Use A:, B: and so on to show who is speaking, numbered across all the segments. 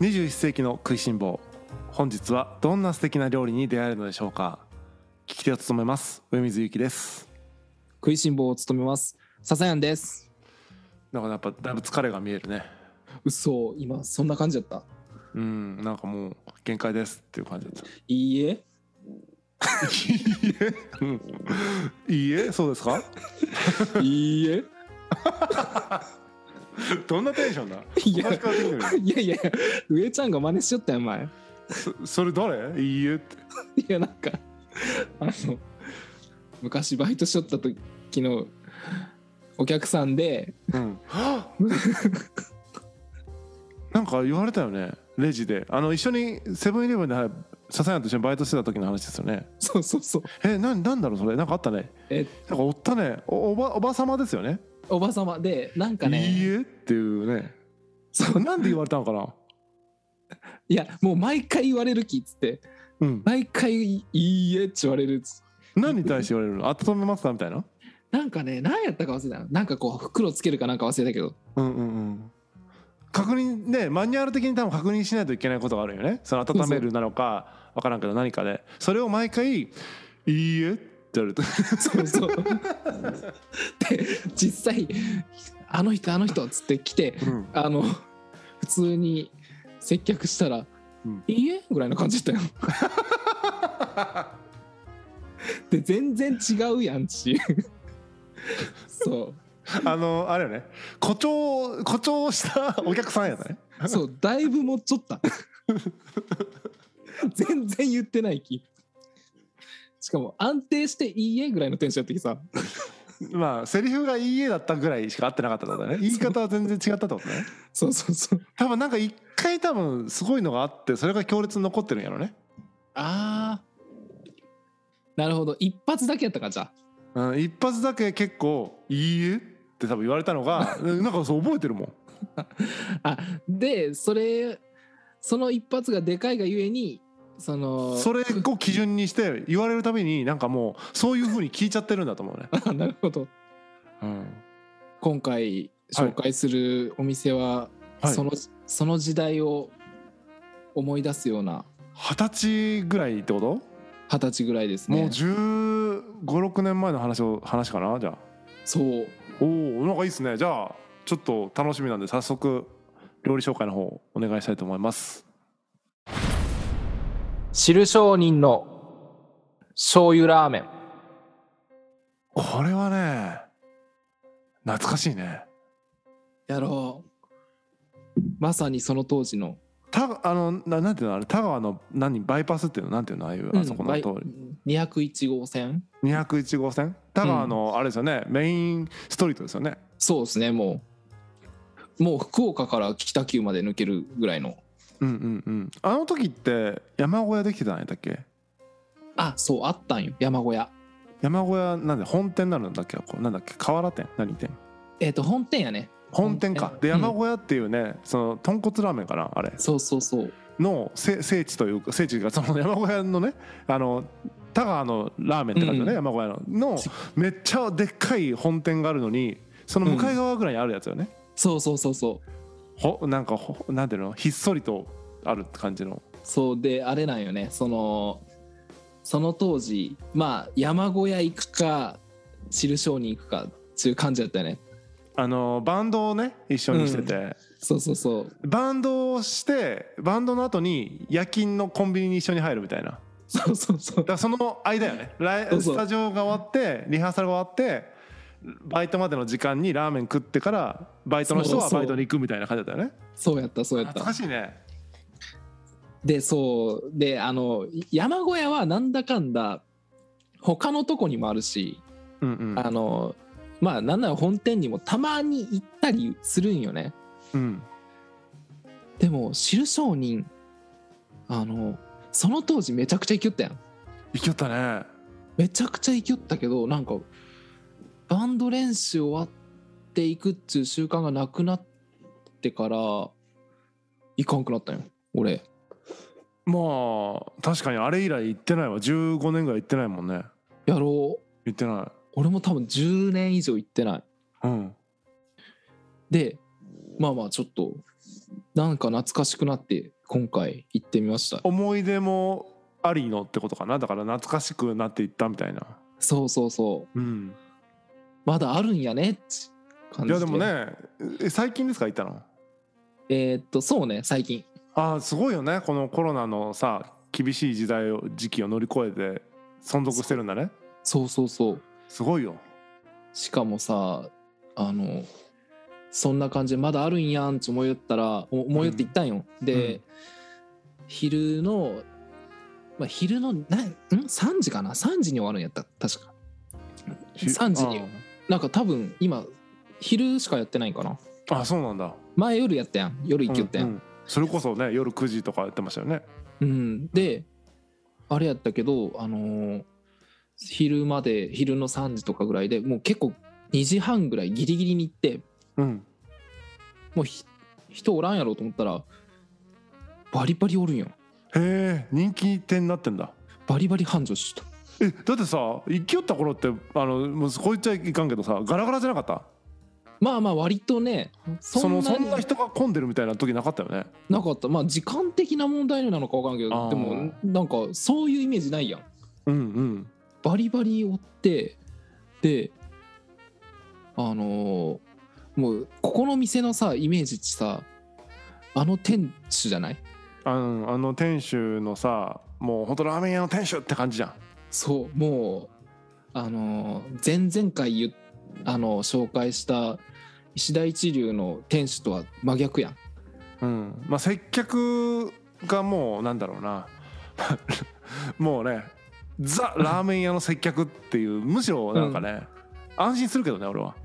A: 21世紀の食いしん坊本日はどんな素敵な料理に出会えるのでしょうか聞き手を務めます上水ゆきです
B: 食いしん坊を務めます笹谷です
A: なんかやっぱだいぶ疲れが見えるね
B: 嘘今そんな感じだった
A: うんなんかもう限界ですっていう感じだった
B: いいえ
A: うんいいえそうですか
B: いいえ
A: どんなテンションだ
B: いや
A: 小林から出てくる
B: いやいや上ちゃんが真似しよったよ前い
A: そそれ誰いいえって
B: やなんかあの昔バイトしよった時のお客さんで
A: うん、なんか言われたよねレジであの一緒にセブンイレブンではい笹谷と一緒にバイトしてた時の話ですよね
B: そうそうそう
A: えななんだろうそれなんかあったね
B: え
A: なんかおったねおおばおば様ですよね
B: おばさまでなんかね
A: いいえっていうね
B: そう
A: なんで言われたのかない
B: やもう毎回言われるきっつって
A: うん
B: 毎回いいえって言われるっつって
A: 何に対して言われるの温めますかみたいな
B: なんかね何やったか忘れたなんかこう袋つけるかなんか忘れたけど
A: うんうんうん確認ねマニュアル的に多分確認しないといけないことがあるよねその温めるなのか分からんけど何かでそれを毎回「いいえ」って言われると
B: そうそう。で実際あの人あの人っつって来て
A: うん
B: あの普通に接客したら「
A: うん
B: いいえ」ぐらいの感じだったよ。 で全然違うやんち。そ
A: あのあれよね誇張誇張したお客さんやね
B: うそうだいぶもっちょった。全然言ってないき。しかも安定して「いいえ」ぐらいのテンションやってきさ
A: まあセリフが「いいえ」だったぐらいしか合ってなかったってことだね言い方は全然違ったってことね
B: そうそうそう
A: 多分なんか一回多分すごいのがあってそれが強烈に残ってるんやろね
B: あーなるほど一発だけやったかじゃあ
A: うん一発だけ結構「いいえ」って多分言われたのが なんかそう覚えてるもん
B: あでそれその一発がでかいがゆえにその
A: それを基準にして言われるたびになんかもうそういうふうに聞いちゃってるんだと思うね、
B: あなるほど
A: うん
B: 今回紹介するお店は、
A: はい
B: そのその時代を思い出すような
A: 二十歳ぐらいってこと、
B: 二十歳ぐらいです
A: もう
B: ね
A: 1 5六6年前の話を話かなじゃあ
B: そう
A: おおなんかいいですねじゃあちょっと楽しみなんで早速料理紹介の方お願いしたいと思います
B: 汁商人の醤油ラーメン
A: これはね懐かしいね
B: やろうまさにその当時の
A: たあのななんていうのあれ田川の何バイパスっていうのなんていうのああいうあそこの通り、
B: り201号線
A: 201号線田川のあれですよね、メインストリートですよね
B: そうですねもうもう福岡から北九まで抜けるぐらいの
A: うんうんうんあの時って山小屋できてたんやったっけ
B: あそうあったんよ山小屋
A: 山小屋なんで本店なのだっけこうなんだっけ河原店何店
B: えっ、と本店やね
A: 本店か
B: 本店
A: で
B: うん
A: 山小屋っていうね、その豚骨ラーメンかなあれ
B: そうそうそう
A: のせ聖地というか聖地がその山小屋のねあの田川のラーメンって感じだね、
B: うん
A: 山小屋ののめっちゃでっかい本店があるのにその向かい側ぐらいにあるやつよね、
B: そうそうそうそう
A: ほなんかほなんていうのひっそりとあるって感じの
B: そうであれなんよねそのその当時まあ山小屋行くか汁商に行くかっていう感じだったよね
A: あのバンドをね一緒にしてて、
B: そうそうそう
A: バンドをしてバンドの後に夜勤のコンビニに一緒に入るみたいな
B: そうそうそう
A: だからその間よねライ
B: そうそう
A: スタジオが終わってリハーサルが終わってバイトまでの時間にラーメン食ってからバイトの人は
B: そうそう
A: バイトに行くみたいな感じだったよね
B: そうやったそうやっ
A: 懐か
B: た
A: しいね
B: でそうであの山小屋はなんだかんだ他のとこにもあるし
A: うんうん
B: あのまあなんなら本店にもたまに行ったりするんよね
A: うん
B: でも汁商人あのその当時めちゃくちゃ生きよったやん
A: 行きよったね
B: めちゃくちゃ生きよったけどなんかバンド練習終わっていくっちゅう習慣がなくなってから行かんくなったんよ俺
A: まあ確かにあれ以来行ってないわ15年ぐらい行ってないもんね
B: やろう
A: 行ってな
B: 俺も多分10年以上行ってない
A: いうん
B: でまあまあちょっとなんか懐かしくなって今回行ってみました
A: 思い出もありのってことかなだから懐かしくなっていったみたいな
B: そうそうそう
A: うん
B: まだあるんやねって感
A: い
B: じ
A: やでもねえ最近ですか行ったの
B: えーっとそうね最近
A: ああすごいよねこのコロナのさ厳しい時代を時期を乗り越えて存続してるんだね
B: そうそうそう
A: すごいよ
B: しかもさあのそんな感じでまだあるんやんって思いよったらお思いよって行ったんよ、で、
A: うん
B: 昼の、まあ、昼のなんん3時かな3時に終わるんやった確か
A: ひ
B: 3時に
A: あ
B: なんか多分今昼しかやってないんかな
A: ああそうなんだ
B: 前夜やったやん夜行きよったや
A: うん
B: ん、
A: うんそれこそね夜9時とかやってましたよね
B: うんであれやったけどあのー昼まで昼の3時とかぐらいでもう結構2時半ぐらいギリギリに行って
A: うん
B: もうひ人おらんやろうと思ったらバリバリおるんや
A: へえ人気店になってんだ
B: バリバリ繁盛しとった
A: えだってさ行きよった頃ってあのもうこう言っちゃいかんけどさガラガラじゃなかった
B: まあまあ割とね
A: そ
B: そんな
A: の
B: に
A: そんな人が混んでるみたいな時なかったよね
B: なかったまあ時間的な問題なのか分からんけ
A: あー
B: どでもなんかそういうイメージないやん
A: うんうん
B: バリバリ追ってであのーもうここの店のさイメージってさあの店主じゃない
A: あのあの店主のさもうほんとラーメン屋の店主って感じじゃん
B: そうもうあのー前々回言っあの紹介した石田一流の店主とは真逆やん
A: うんまあ接客がもうなんだろうな もうねザ・ラーメン屋の接客っていうむしろなんかね、安心するけどね俺は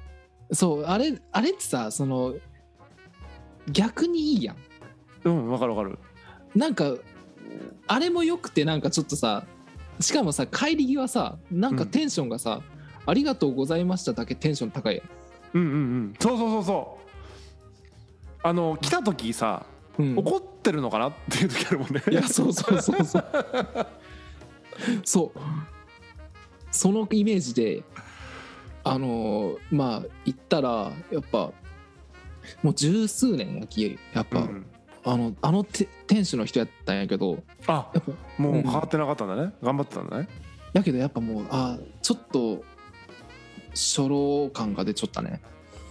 B: そうあれあれってさその逆にいいやん
A: うんわかるわかる
B: なんかあれもよくてなんかちょっとさしかもさ帰り際さなんかテンションがさ「ありがとうございました」だけテンション高いやん
A: うんうんうんそうそうそうそうあの来た時さ、
B: うん、
A: 怒ってるのかなっていう時あるもんね
B: いやそうそうそ うそうそうそのイメージであのーまあ行ったらやっぱもう十数年やきやっ
A: う
B: ぱ、
A: ん、
B: あのあのて店主の人やったんやけど
A: あ
B: やっぱ
A: もう
B: うん
A: 変わってなかったんだね、頑張ってたんだね
B: やけどやっぱもうあーちょっと初老感が出ちゃったね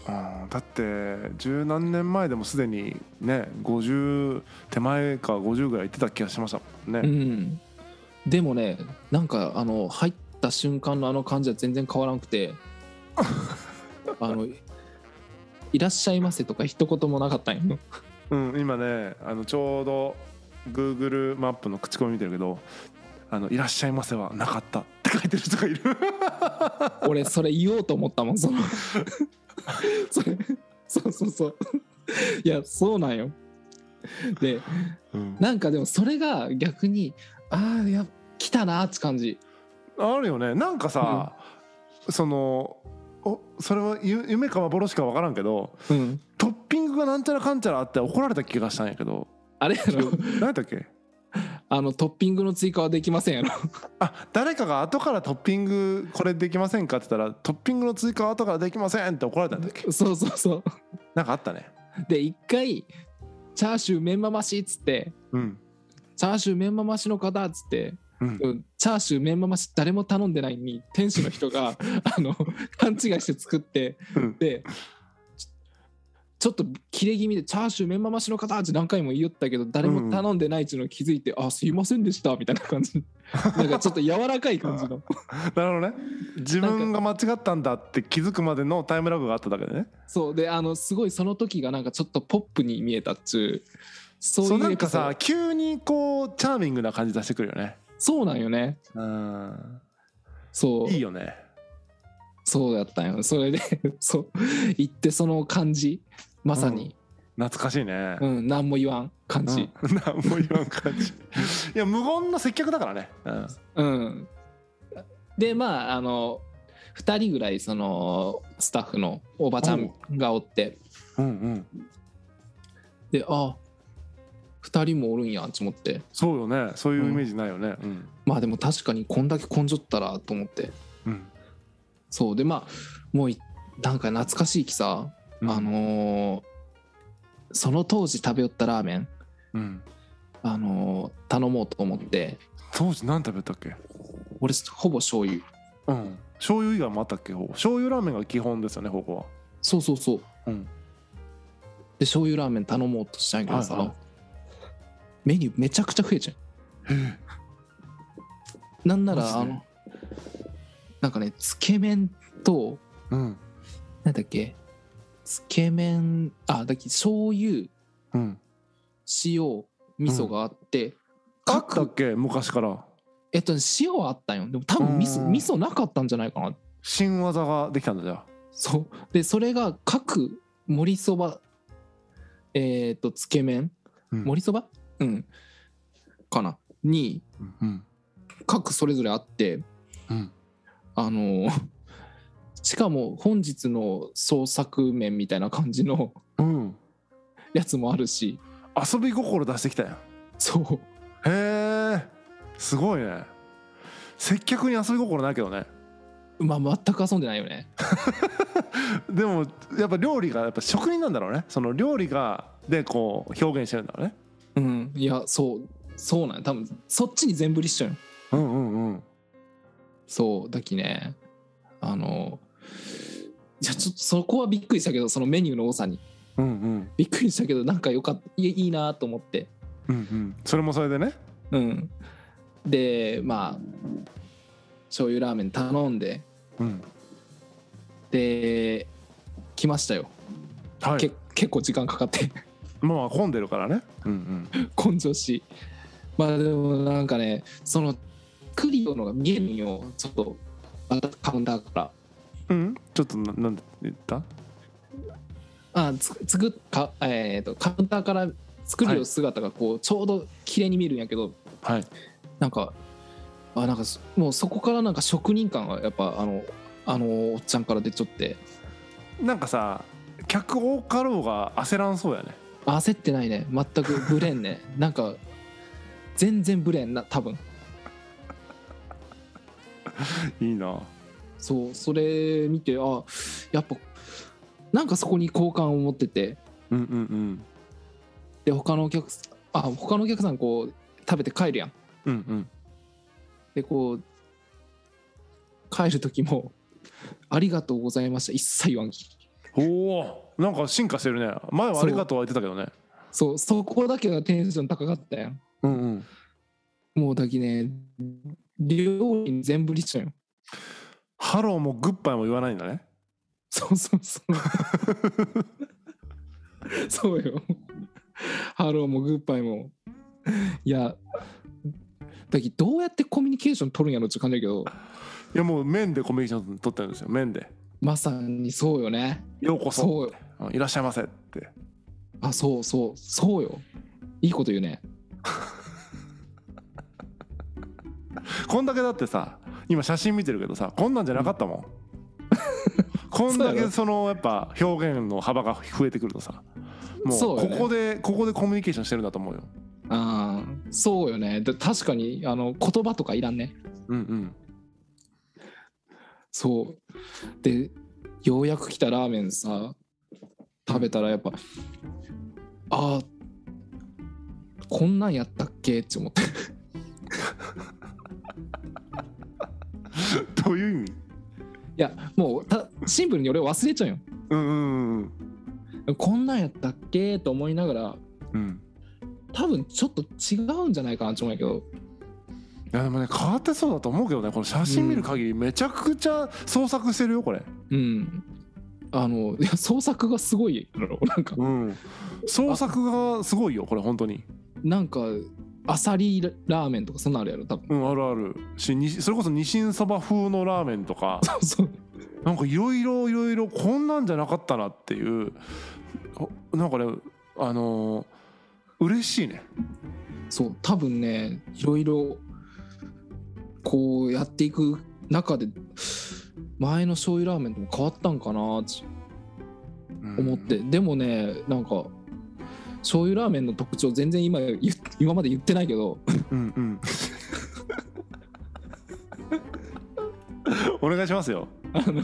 A: あーだって十何年前でもすでにね50手前か50ぐらい行ってた気がしましたもん
B: う
A: ね、
B: ん、でもねなんかあの入った瞬間のあの感じは全然変わらな くてあの「いらっしゃいませ」とか一言もなかったんよ
A: うん今ねあのちょうど Google マップの口コミ見てるけど「あのいらっしゃいませ」はなかったって書いてる人がいる
B: 俺それ言おうと思ったも んそのそれそうそうそういやそうなんよで
A: うん
B: なんかでもそれが逆にああや来たなーって感じ
A: あるよねなんかさ、そのおそれはゆ夢か幻か分からんけど
B: うん
A: トッピングがなんちゃらかんちゃらあって怒られた気がしたんやけど
B: あれやろ
A: 何だっけ
B: あのトッピングの追加はできませんやろ
A: あ誰かが後からトッピングこれできませんかって言ったらトッピングの追加は後からできませんって怒られたんだっけ
B: そうそうそう
A: なんかあったね
B: で一回チャーシューメンマ増しっつって
A: うん
B: チャーシューメンマ増しの方っつって、
A: うん
B: うんチャーシューメンマ増し誰も頼んでないのに店主の 人があの勘違いして作って
A: うん
B: でちちょっと切れ気味でチャーシューメンマ増しの方って何回も言いよったけど誰も頼んでないっていうのを気づい て、あすいませんでしたみたいな感じなんかちょっと柔らかい感じ の
A: なるほどね自分が間違ったんだって気づくまでのタイムラグがあっただけでね
B: そうであのすごいその時がなんかちょっとポップに見えたっちゅうそう
A: そう
B: い
A: な
B: うんエピ
A: か
B: ソード
A: さ急にこうチャーミングな感じ出してくるよね
B: そうなんよね
A: うん
B: そう
A: いいよね
B: そうだったんよそれで そう行ってその感じまさに、
A: 懐かしいね
B: うん何も言わん感じ、
A: うん、 何も言わん感じいや無言の接客だからね、うん、
B: うんでまああの2人ぐらいそのスタッフのおばちゃんがおって
A: うんうん
B: であ2人もおるんやと思って
A: そうよねそういうイメージないよねうん
B: まあでも確かにこんだけ根性ったらと思って
A: うん、
B: そうでまあもういなんか懐かしいきさ、
A: うん
B: あのーその当時食べよったラーメン、
A: うん
B: あのー頼もうと思って
A: 当時何食べたっけ
B: 俺ほぼ醤油
A: うん醤油以外もあったっけほぼ醤油ラーメンが基本ですよねここは
B: そうそうそう
A: うん
B: で醤油ラーメン頼もうとしたんやけどさ、
A: はいはい
B: メニューめちゃくちゃ増えちゃうなんなら、
A: マ
B: あ
A: ジで
B: のなんかねつけ麺と
A: うん
B: なんだっけつけ麺あだっけ醤油
A: うん
B: 塩味噌があって、
A: あったっけ昔から
B: えっとね塩はあったんよでも多分味噌
A: うん
B: 味噌なかったんじゃないかな
A: 新技ができたんだじゃあ
B: そうでそれが各盛りそばえっ、とつけ麺
A: うん
B: 盛りそばうんかなに
A: うん
B: 各それぞれあって
A: うん
B: あのしかも本日の創作麺みたいな感じの
A: うん
B: やつもあるし
A: 遊び心出してきたやん
B: そう
A: へえすごいね接客に遊び心ないけどね
B: まあ全く遊んでないよね
A: でもやっぱ料理がやっぱ職人なんだろうねその料理がでこう表現してるんだろうね
B: うんいやそうそうなんよ多分そっちに全振りしちゃうよ
A: うんうんうん
B: そうだきねあのいやちょっとそこはびっくりしたけどそのメニューの多さに
A: うんうん
B: びっくりしたけどなんかよかったいいいいなと思って
A: うんうんそれもそれでね
B: うんでまあ醤油ラーメン頼んで
A: うん
B: で来ましたよ、
A: は
B: け
A: い
B: 結構時間かかって
A: まあ混んでるからねうん
B: 根性しまあでもなんかねそのクリオのが見えるんよちょっとまたカウンターから
A: うんうんちょっとななんて言った
B: あつつくか、えー、とカウンターから作るよ姿がこう、ちょうど綺麗に見えるんやけど
A: はい
B: なんかあなんかそもうそこからなんか職人感がやっぱあのあのおっちゃんから出ちゃって
A: なんかさ客多かろうが焦らんそうやね
B: 焦ってないね全くブレんねなんか全然ブレんな多分
A: いいな
B: そうそれ見てあやっぱなんかそこに好感を持ってて
A: うんうんうん
B: で他のお客さんあ他のお客さんこう食べて帰るやん
A: うんうん
B: でこう帰る時も「ありがとうございました」一切言わんき
A: おおなんか進化してるね前はありがとうは言ってたけどね
B: そうそこだけがテンション高かったやん
A: うんうん
B: もうだきね料理に全振りしちゃうよ
A: ハローもグッバイも言わないんだね
B: そうそうそうそうよハローもグッバイもいやだきどうやってコミュニケーション取るんやろって感じだけど
A: いやもう面でコミュニケーション取ってるんですよ面で
B: まさにそうよね
A: 「ようこそ
B: そうよ
A: うんいらっしゃいませ」って
B: あそうそうそうよいいこと言うね
A: こんだけだってさ今写真見てるけどさこんなんじゃなかった もんこんだけそのやっぱ表現の幅が増えてくるとさもう
B: そうよ
A: こ
B: ね
A: こでここでコミュニケーションしてるんだと思うよ
B: あーそうよねだ確かにあの言葉とかいらんね
A: うんうん
B: そうでようやく来たラーメンさ食べたらやっぱあーこんなんやったっけって思って
A: どういう意味
B: いやもうたシンプルに俺忘れちゃう
A: うんうんうん
B: よこんなんやったっけと思いながら
A: うん
B: 多分ちょっと違うんじゃないかなって思うんやけど
A: いやでもね変わってそうだと思うけどねこの写真見る限りめちゃくちゃ創作してるよこれ
B: うんあのいや創作がすごいやろなんか
A: うん創作がすごいよこれ本当に
B: なんかアサリラーメンとかそんなんあるやろ多分
A: うんあるあるしにそれこそニシンそば風のラーメンとか
B: そうそう
A: なんかいろいろいろいろこんなんじゃなかったなっていうおなんかねあのー嬉しいね
B: そう多分ねいろいろこうやっていく中で前の醤油ラーメンとも変わったんかなって
A: うん
B: 思って、でもねなんか醤油ラーメンの特徴全然今言今まで言ってないけど
A: うんうんお願いしますよ
B: あの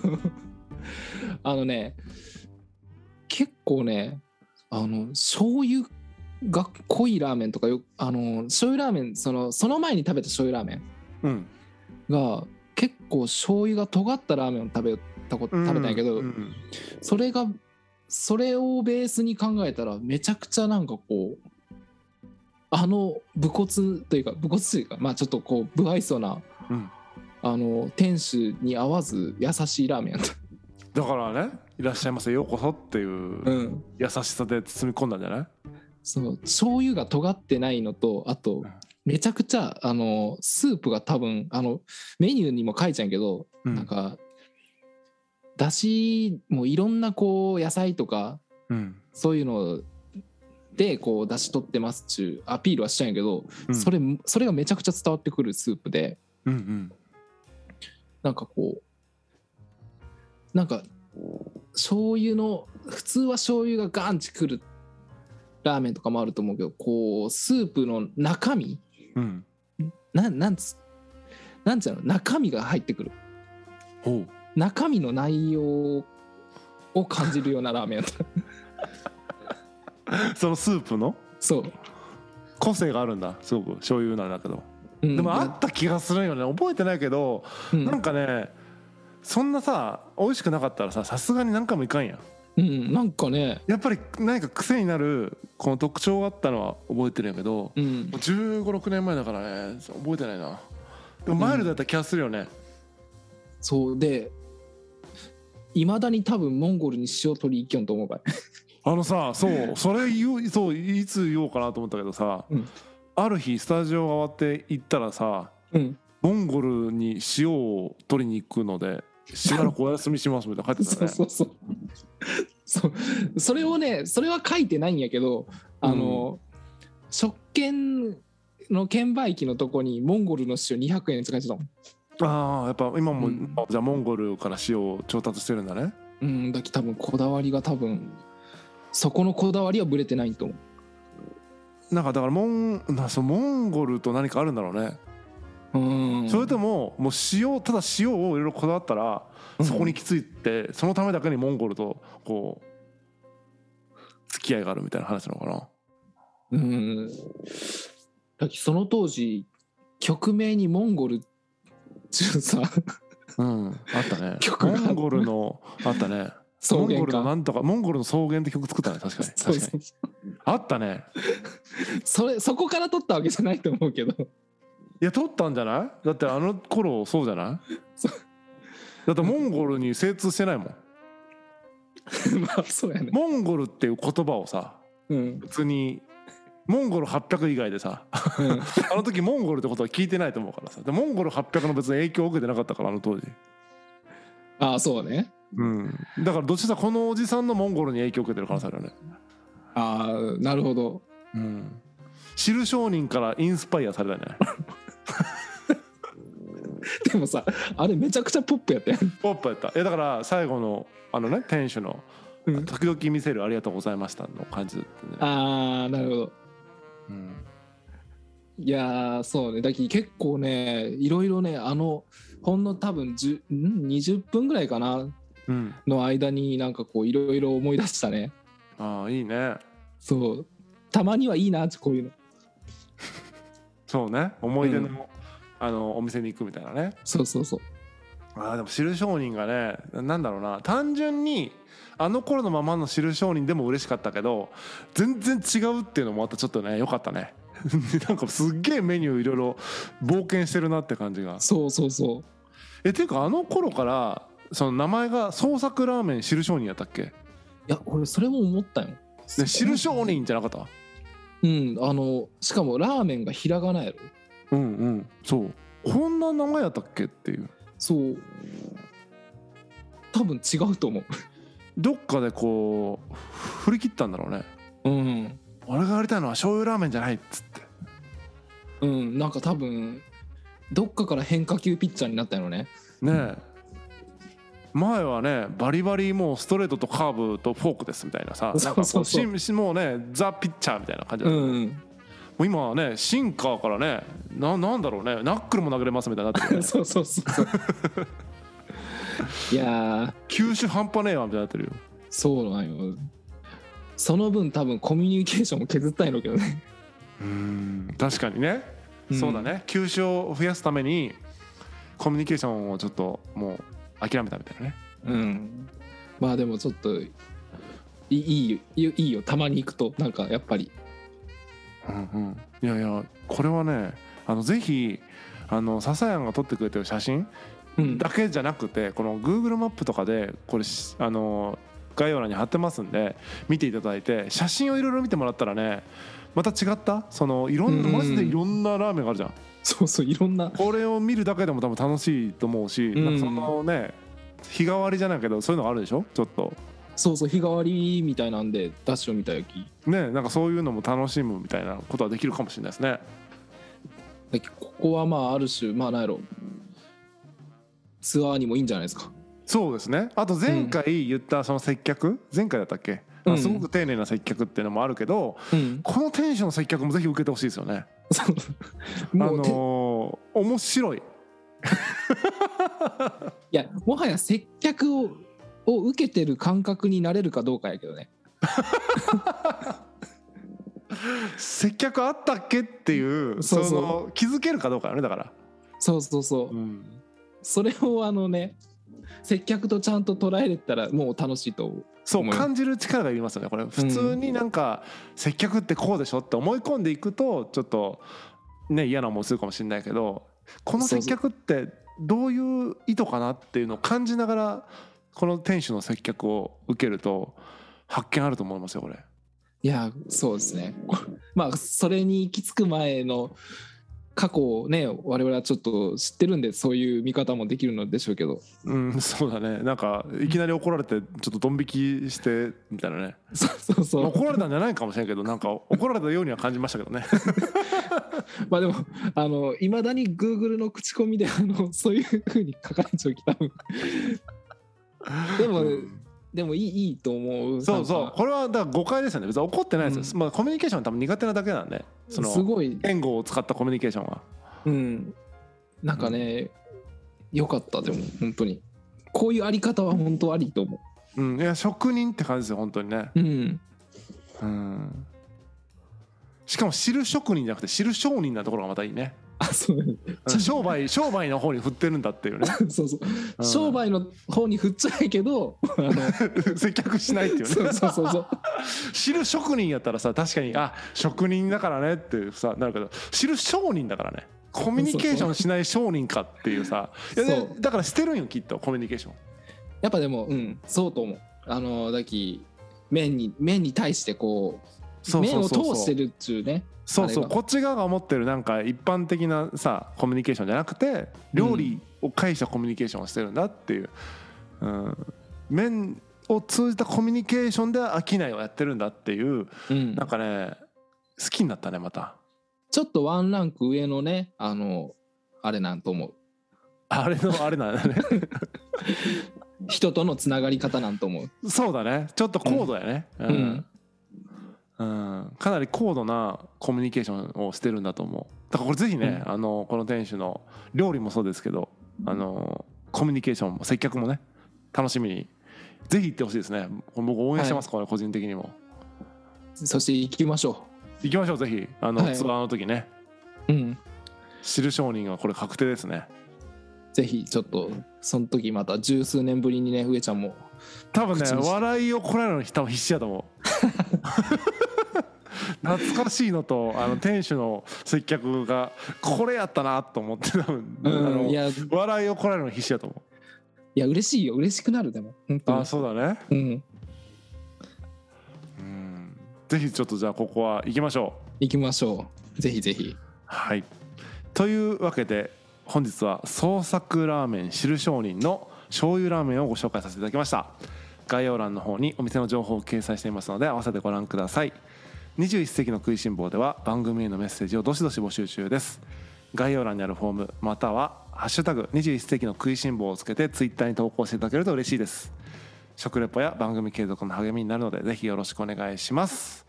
B: あのね結構ねあの醤油が濃いラーメンとかよあの醤油ラーメンそのその前に食べた醤油ラーメン
A: うん
B: が結構醤油が尖ったラーメンを食べたこと食べたんやけど、
A: うんうん
B: それがそれをベースに考えたらめちゃくちゃなんかこうあの武骨というか武骨というかまあちょっとこう不愛想な
A: うん
B: あの店主に合わず優しいラーメンやった。
A: だからね「いらっしゃいませようこそ」っていう
B: うん
A: 優しさで包み込んだんじゃない
B: そう醤油が尖ってないのとあと
A: うん
B: めちゃくちゃあのスープが多分あのメニューにも書いちゃうけど、
A: うん
B: なんかだしもいろんなこう野菜とか
A: うん
B: そういうのでこう出し取ってますっちゅうアピールはしちゃうんやけど、
A: うん
B: それそれがめちゃくちゃ伝わってくるスープで
A: うんうん
B: なんかこうなんか醤油の普通は醤油がガンチくるラーメンとかもあると思うけどこうスープの中身
A: うん
B: なんなんつなんつうの中身が入ってくる
A: ほう
B: 中身の内容を感じるようなラーメンやった
A: そのスープの
B: そう、
A: 個性があるんだすごく醤油なんだけど
B: うん
A: でもあった気がするよね覚えてないけど
B: うん
A: なんかねそんなさ美味しくなかったらささすがに何回もいかんやん
B: うん、なんかね
A: やっぱり何か癖になるこの特徴があったのは覚えてるんやけど
B: うん
A: 1 5六6年前だからね覚えてないなでもマイルドだった気がするよね、
B: そうでいまだに多分モンゴルに塩取り行きよんと思うばい
A: あのさそうそれ言うそういつ言おうかなと思ったけどさ、
B: うん
A: ある日スタジオが終わって行ったらさ
B: うん
A: モンゴルに塩を取りに行くのでしばらくお休みしますみたいなの書いてた
B: そう
A: ね
B: そうそうそうそれをねそれは書いてないんやけどあの、食券の券売機のとこにモンゴルの塩200円使ってたもん
A: ああやっぱ今も、
B: うん
A: じゃあモンゴルから塩を調達してるんだね
B: うんだけど多分こだわりが多分そこのこだわりはぶれてないと思う
A: なんかだからモンなそうモンゴルと何かあるんだろうね、
B: うん
A: それとももう塩ただ塩をいろいろこだわったら
B: うん
A: そこに行き着いて、そのためだけにモンゴルとこう付き合いがあるみたいな話なのかな
B: うんだけどその当時曲名にモンゴルっちゅうさ
A: うん、あったね
B: 曲が
A: モンゴルのあったね
B: 草
A: モン
B: 原
A: ゴルの
B: か
A: なんとかモンゴルの草原って曲作ったね確かに
B: そう
A: 確か
B: そう
A: にあったね
B: それそこから取ったわけじゃないと思うけ ど
A: いや撮ったんじゃないだってあの頃そうじゃない
B: そ
A: だってモンゴルに精通してないもん
B: まあそうやね
A: モンゴルっていう言葉をさ
B: うん、
A: 普通にモンゴル800以外でさ
B: うん、
A: あの時モンゴルってことは聞いてないと思うからさでモンゴル800の別に影響を受けてなかったからあの当時、
B: ああそうね
A: うん、だからどっちかこのおじさんのモンゴルに影響を受けてる可能性あるよね、
B: ああなるほど
A: うん、汁商人からインスパイアされたんじゃない
B: でもさあれめちゃくちゃポップやったよ、
A: ポップやったいやだから最後のあのね店主の
B: う
A: 「
B: ん
A: 時々見せるありがとうございました」の感じだったね、
B: ああなるほど
A: うん
B: いやーそうねだけど結構ねいろいろねあのほんの多分10ん20分ぐらいかな
A: うん、
B: の間になんかこういろいろ思い出したね
A: ああいいね
B: そうたまにはいいなってこういうの
A: そうね思い出の,、
B: うん
A: あのお店に行くみたいなね
B: そうそうそう
A: ああでも汁商人がねななんだろうな単純にあの頃のままの汁商人でも嬉しかったけど全然違うっていうのもまたちょっとね良かったね なんかすっげえメニューいろいろ冒険してるなって感じが
B: そうそうそう
A: えていうかあの頃からその名前が創作ラーメン汁商人やったっけ
B: いや俺それも思ったよ
A: ね汁商人じゃなかっ
B: うんあのしかもラーメンがひらがなやろ
A: たうんうんそうこんな名前やったっけっていう
B: そう多分違うと思
A: どっかでこう振り切ったんだろうね
B: ううん
A: 俺がやりたいのは醤油ラーメンじゃないっつって
B: うんなんか多分どっかから変化球ピッチャーになったのね
A: ねえ前はねバリバリもうストレートとカーブとフォークですみたいなさ
B: そ
A: なん
B: う
A: かこ
B: そううそう
A: ししもうねザ・ピッチャーみたいな感じだ
B: う
A: ったも
B: ん、
A: う今はねシンカーからねななんだろうねナックルも投げれますみたいになってるよ
B: うん、
A: ね
B: そうそうそうそういやー
A: 球種半端ねえわみたいになってるよ
B: そうなんよその分多分コミュニケーションも削ったいのけどね、
A: うん確かにね、そうだね球種を増やすためにコミュニケーションをちょっともう諦めたみたいなね
B: うんまあでもちょっといいいよいいよいいよたまに行くとなんかやっぱり
A: うんうん、いやいやこれはねあのぜひあの笹谷が撮ってくれてる写真
B: うん
A: だけじゃなくてこの Google マップとかでこれしあの概要欄に貼ってますんで見ていただいて写真をいろいろ見てもらったらねまた違ったそのいろんな
B: うん
A: マジでいろんなラーメンがあるじゃん
B: そうそういろんな
A: これを見るだけでも多分楽しいと思うし
B: うん
A: なんかそのね日替わりじゃないけどそういうのがあるでしょちょっと
B: そうそう日替わりみたいなんでダッシュを見た時
A: ねなんかそういうのも楽しむみたいなことはできるかもしれないですね
B: だけどここはまあある種まあなんやろツアーにもいいんじゃないですか
A: そうですねあと前回言ったその接客、前回だったっけ、あ
B: うん
A: すごく丁寧な接客っていうのもあるけど
B: うん
A: このテンションの接客もぜひ受けてほしいですよね
B: そう
A: あ
B: もうて、
A: のー面白い
B: いやもはや接客をを受けてる感覚になれるかどうかやけどね
A: 接客あったっけっていう
B: そ
A: そう
B: そう
A: の気づけるかどうかよねだから、
B: そうそうそう、それをあのね接客とちゃんと捉えれたらもう楽しいと思う
A: そう
B: 思い
A: 感じる力がいりますよねこれ普通になんか接客ってこうでしょって思い込んでいくとちょっとね嫌な思いするかもしれないけどこの接客ってどういう意図かなっていうのを感じながらこの店主の接客を受けると発見あると思いますよこれ。
B: いやそうですね まあそれに行き着く前の過去をね我々はちょっと知ってるんでそういう見方もできるのでしょうけど
A: うん、そうだねなんかいきなり怒られてちょっとドン引きしてみたいなね、
B: そうそうそ
A: まあ
B: う
A: 怒られたんじゃないかもしれんけどなんか怒られたようには感じましたけどね
B: まあでもあのいまだに Google の口コミであの そういうふうに書かれちゃうき 多分でも、
A: うん
B: でもいいいいと思う
A: そうそ
B: な
A: うん
B: か
A: これはだから誤解ですよね別に怒ってないですよ、まあ、コミュニケーションは多分苦手なだけなんでその
B: すごい
A: 言語を使ったコミュニケーションは
B: うんなんかね、良かったでも本当にこういうあり方は本当ありと思
A: うんいや職人って感じですよ本当にね
B: ううん
A: うんしかも知る職人じゃなくて知る商人なところがまたいいね
B: あそう
A: うん商売商売の方に振ってるんだっていうね
B: そうそう、
A: うん
B: 商売の方に振っちゃいけどあ の
A: 接客しないっていうね
B: そうそうそうそう
A: 知る職人やったらさ確かにあ職人だからねってさなるけど知る商人だからねコミュニケーションしない商人かっていうさい
B: そ
A: や
B: う
A: ねだからしてるんよきっとコミュニケーション
B: やっぱでもうんそうと思うあのだき面に面に対してこう
A: そうそうそうそう
B: 面を通してるっちゅうね
A: そうそ
B: あれが
A: うこっち側が持ってるなんか一般的なさコミュニケーションじゃなくて料理を介したコミュニケーションをしてるんだっていう、うん、面を通じたコミュニケーションで商いをやってるんだっていう
B: うん
A: なんかね好きになったねまた
B: ちょっとワンランク上のねあのあれなんと思う
A: あれのあれなんだね
B: 人とのつながり方なんと思う
A: そうだねちょっと高度やね
B: うん、
A: うん、かなり高度なコミュニケーションをしてるんだと思うだからこれぜひね、あのこの店主の料理もそうですけどあのコミュニケーションも接客もね楽しみにぜひ行ってほしいですねこれ僕応援してます、これ個人的にも
B: そして行きましょ
A: 行きましょうぜひあの、
B: はい
A: ツアーの時ね
B: ううん
A: 知る商人はこれ確定ですね
B: ぜひちょっとその時また十数年ぶりにね上ちゃんも
A: 多分ね
B: 口にして
A: 笑いをこらえるのに多分必死だと思 う懐かしいのとあの店主の接客がこれやったなと思って多分、
B: う
A: あの
B: んいやい
A: 笑いをこらえるの必死だと思う
B: や嬉しいよ嬉しくなるでも本当
A: あ
B: に
A: そうだね
B: うん
A: うんぜひちょっとじゃあここは行きましょう
B: 行きましょうぜひぜひ
A: はいというわけで本日は創作ラーメン汁商人の醤油ラーメンをご紹介させていただきました概要欄の方にお店の情報を掲載していますので合わせてご覧ください21世紀の食いしん坊では番組へのメッセージをどしどし募集中です概要欄にあるフォームまたは「ハッシュタグ #21 世紀の食いしん坊」をつけてツイッターに投稿していただけると嬉しいです食レポや番組継続の励みになるのでぜひよろしくお願いします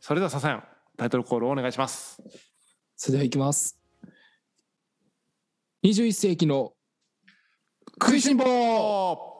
A: それでは笹谷タイトルコールをお願いします
B: それでは行きます21世紀の
A: 食いしん坊